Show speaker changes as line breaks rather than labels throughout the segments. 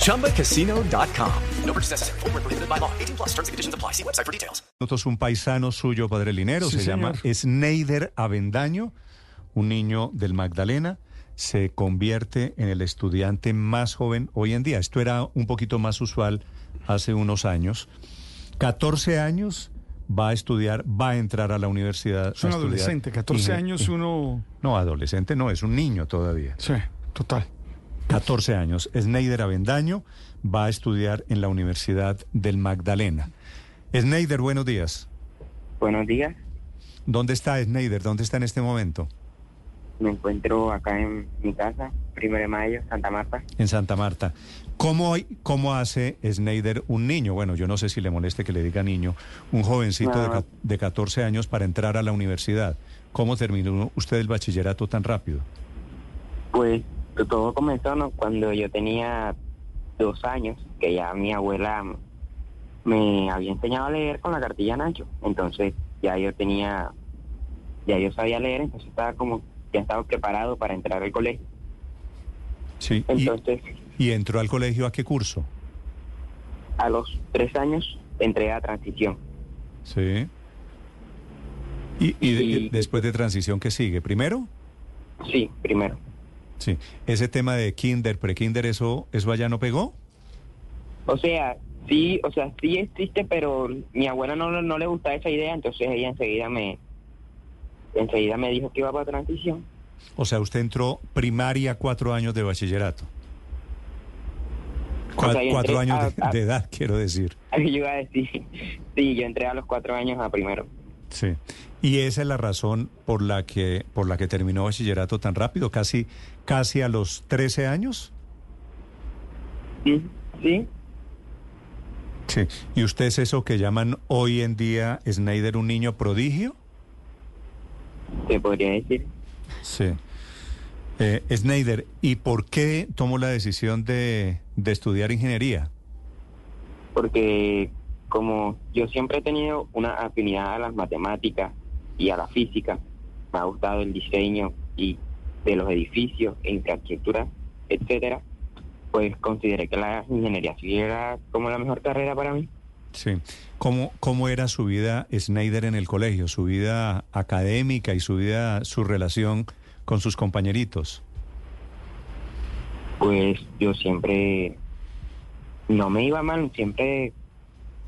ChumbaCasino.com. No purchase necessary. Void where prohibited by law. 18 plus terms and conditions apply. See website for details.
Nosotros un paisano suyo, padre Linero,
Sí,
se llama
señor.
Sneider Avendaño, un niño del Magdalena, se convierte en el estudiante más joven hoy en día. Esto era un poquito más usual hace unos años. 14 años va a estudiar, va a entrar a la universidad.
Es un
a estudiar
adolescente, 14
ingen-
años, uno...
No, adolescente no, es un niño todavía.
Sí, total.
14 años. Sneider Avendaño va a estudiar en la Universidad del Magdalena. Sneider, buenos días.
Buenos días,
¿Dónde está Snyder? ¿Dónde está en este momento?
me encuentro acá en mi casa, primero de mayo, Santa Marta.
En Santa Marta. ¿Cómo, cómo hace Snyder un niño? Bueno, yo no sé si le moleste que le diga niño, un jovencito de,
No.
ca- de 14 años para entrar a la universidad. ¿Cómo terminó usted el bachillerato tan rápido?
Pues todo comenzó ¿no? cuando yo tenía dos años, que ya mi abuela me había enseñado a leer con la cartilla Nacho. Entonces ya yo tenía, ya yo sabía leer, entonces estaba como, ya estaba preparado para entrar al colegio.
Sí. ¿Y,
Entonces
y entró al colegio a qué curso?
a los tres años entré a transición.
Sí. ¿Y, y de-
Y-
después de transición qué sigue? ¿Primero?
Sí, primero.
Sí. ¿Ese tema de kinder, prekinder, eso, eso allá no pegó?
O sea, sí, o sea, sí existe, pero mi abuela no, no le gustaba esa idea, entonces ella enseguida me enseguida me dijo que iba para transición.
O sea, usted entró primaria cuatro años de bachillerato. Cua-
O sea, yo
cuatro
entré
años de,
a- a-
de edad, quiero decir.
Yo iba a decir, sí, yo entré a los cuatro años a primero.
Sí. Y esa es la razón por la que, por la que terminó bachillerato tan rápido, casi, casi a los 13 años.
Ujú, Sí,
Sí. ¿Y usted es eso que llaman hoy en día Snyder un niño prodigio?
te podría decir.
Sí. Eh, Snyder, ¿y por qué tomó la decisión de, de estudiar ingeniería?
porque como yo siempre he tenido una afinidad a las matemáticas y a la física, me ha gustado el diseño y de los edificios, e infraestructuras, etcétera, pues consideré que la ingeniería sí era como la mejor carrera para mí.
Sí. ¿Cómo, ¿Cómo era su vida Snyder en el colegio? Su vida académica y su vida, su relación con sus compañeritos.
Pues yo siempre no me iba mal, siempre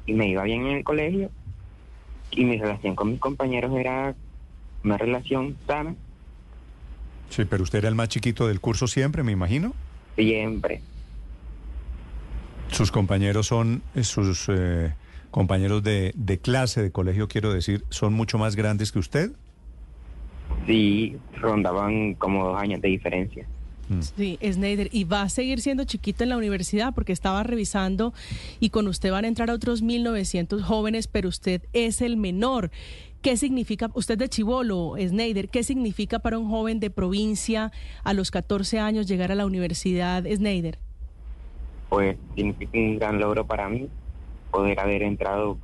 me iba bien en el colegio y mi relación con mis compañeros era una relación sana
Sí, pero usted era el más chiquito del curso siempre, me imagino.
siempre.
Sus compañeros son, eh, sus eh, compañeros de, de clase, de colegio, quiero decir, son mucho más grandes que usted.
Sí, rondaban como dos años de diferencia.
Sí, Snyder. Y va a seguir siendo chiquito en la universidad porque estaba revisando y con usted van a entrar otros 1.900 jóvenes, pero usted es el menor. ¿Qué significa, usted es de Chivolo, Snyder, qué significa para un joven de provincia a los 14 años llegar a la universidad, Snyder?
Pues significa un gran logro para mí poder haber entrado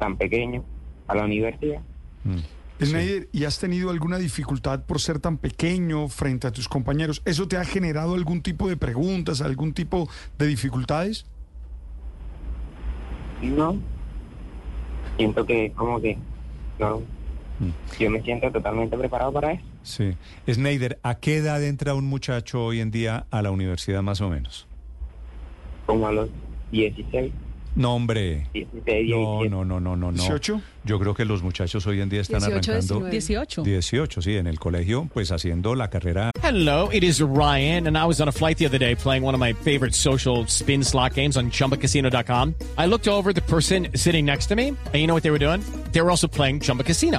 tan pequeño a la universidad.
Mm.
Schneider, ¿y has tenido alguna dificultad por ser tan pequeño frente a tus compañeros? ¿Eso te ha generado algún tipo de preguntas, algún tipo de dificultades?
No, siento que como que no,
Mm.
yo me siento totalmente preparado para eso.
Sí. Snyder, ¿a qué edad entra un muchacho hoy en día a la universidad más o menos?
Como a los 16,
No, hombre.
16,
No,
17.
no, no, no, no. no.
18.
Yo creo que los muchachos hoy en día están
18,
arrancando
19.
18.
18, sí, en el colegio, pues haciendo la carrera.
Hello, it is Ryan, and I was on a flight the other day playing one of my favorite social spin slot games on chumbacasino.com. I looked over at the person sitting next to me, and you know what they were doing? They were also playing Chumba Casino.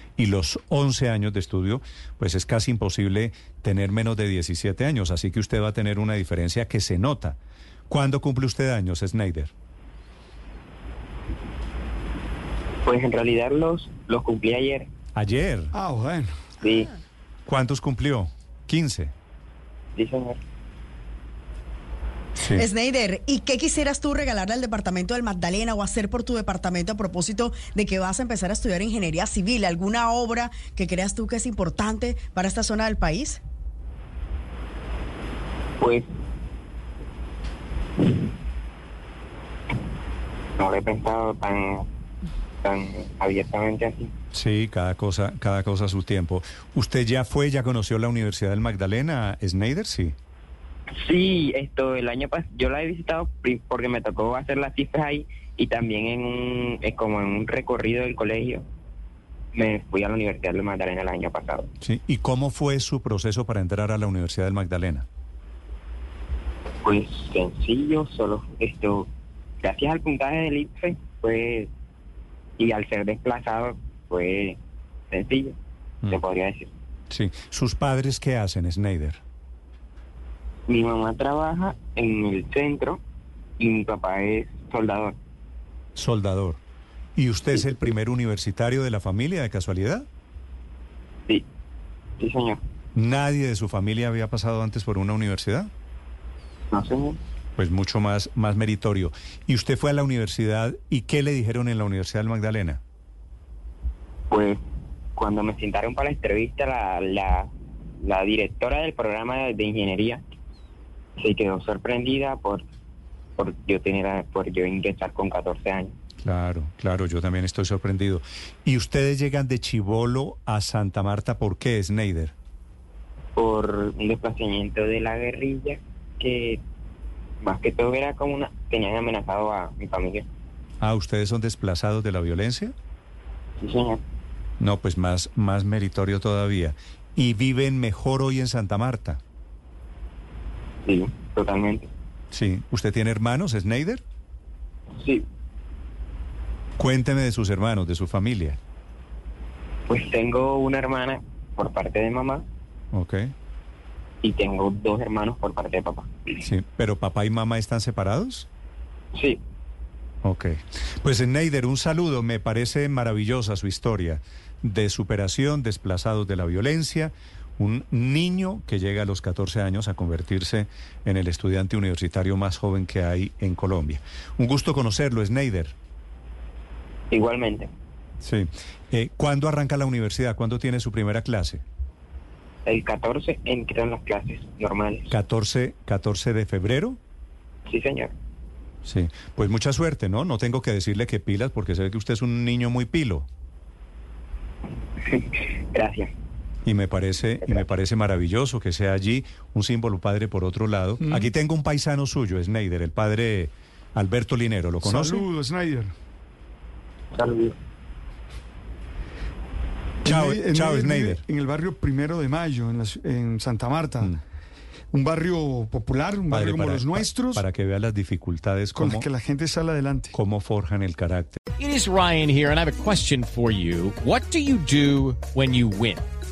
y los 11 años de estudio, pues es casi imposible tener menos de 17 años. Así que usted va a tener una diferencia que se nota. ¿Cuándo cumple usted años, Snyder?
Pues en realidad los, los cumplí ayer.
Ayer.
Ah, bueno.
Sí,
¿Cuántos cumplió? 15.
sí, señor.
Sí.
Snyder, ¿y qué quisieras tú regalarle al departamento del Magdalena o hacer por tu departamento a propósito de que vas a empezar a estudiar ingeniería civil? ¿Alguna obra que creas tú que es importante para esta zona del país?
Pues. No lo he pensado tan, tan abiertamente así.
Sí, cada cosa, cada cosa a su tiempo. ¿Usted ya fue, ya conoció la Universidad del Magdalena, Snyder? Sí.
Sí, esto, el año pasado, yo la he visitado pri- porque me tocó hacer las cifras ahí y también en un, eh, como en un recorrido del colegio, me fui a la Universidad de Magdalena el año pasado.
Sí. ¿Y cómo fue su proceso para entrar a la Universidad del Magdalena?
Pues sencillo, solo esto, gracias al puntaje del IPFE, pues, y al ser desplazado, fue sencillo, se
Mm.
podría decir.
Sí. ¿Sus padres qué hacen, Snyder?
Mi mamá trabaja en el centro y mi papá es soldador.
Soldador. ¿Y usted es el primer universitario de la familia de casualidad?
Sí, sí señor.
¿Nadie de su familia había pasado antes por una universidad?
No señor.
Pues mucho más, más meritorio. ¿Y usted fue a la universidad y qué le dijeron en la Universidad del Magdalena?
Pues cuando me sentaron para la entrevista, la, la, la directora del programa de, de ingeniería se quedó sorprendida por, por yo tener por yo ingresar con 14 años.
Claro, claro, yo también estoy sorprendido. ¿Y ustedes llegan de Chibolo a Santa Marta por qué, Snyder?
por un desplazamiento de la guerrilla que más que todo era como una tenían amenazado a mi familia
Ah, ¿ustedes son desplazados de la violencia?
sí señor
No, pues más, más meritorio todavía. ¿Y viven mejor hoy en Santa Marta?
sí totalmente
Sí. ¿Usted tiene hermanos, Snyder?
sí
Cuénteme de sus hermanos, de su familia.
pues tengo una hermana por parte de mamá
Ok.
y tengo dos hermanos por parte de papá
Sí. ¿Pero papá y mamá están separados?
sí
Ok. Pues Neider, un saludo. Me parece maravillosa su historia de superación, desplazados de la violencia. Un niño que llega a los 14 años a convertirse en el estudiante universitario más joven que hay en Colombia. Un gusto conocerlo, Snyder.
igualmente
Sí. Eh, ¿Cuándo arranca la universidad? ¿Cuándo tiene su primera clase?
el 14 entran las clases normales
14, 14 de febrero.
sí señor
Sí. Pues mucha suerte, ¿no? No tengo que decirle que pilas porque sé que usted es un niño muy pilo.
gracias
Y me parece, y me parece maravilloso que sea allí un símbolo padre por otro lado.
Mm.
Aquí tengo un paisano suyo, Snyder, el padre Alberto Linero, ¿lo conoce?
Saludos, Snyder.
saludos
Chao,
Snyder-
chao,
vive
Snyder.
En el barrio Primero de Mayo, en, la ci- en Santa Marta.
Mm.
Un barrio popular, un
Padre,
barrio como
para-
los
pa-
nuestros,
Para que vea las dificultades,
con el
cómo,
que la gente sale adelante.
cómo forjan el carácter.
It is Ryan here, and I have a question for you. What do you do when you win?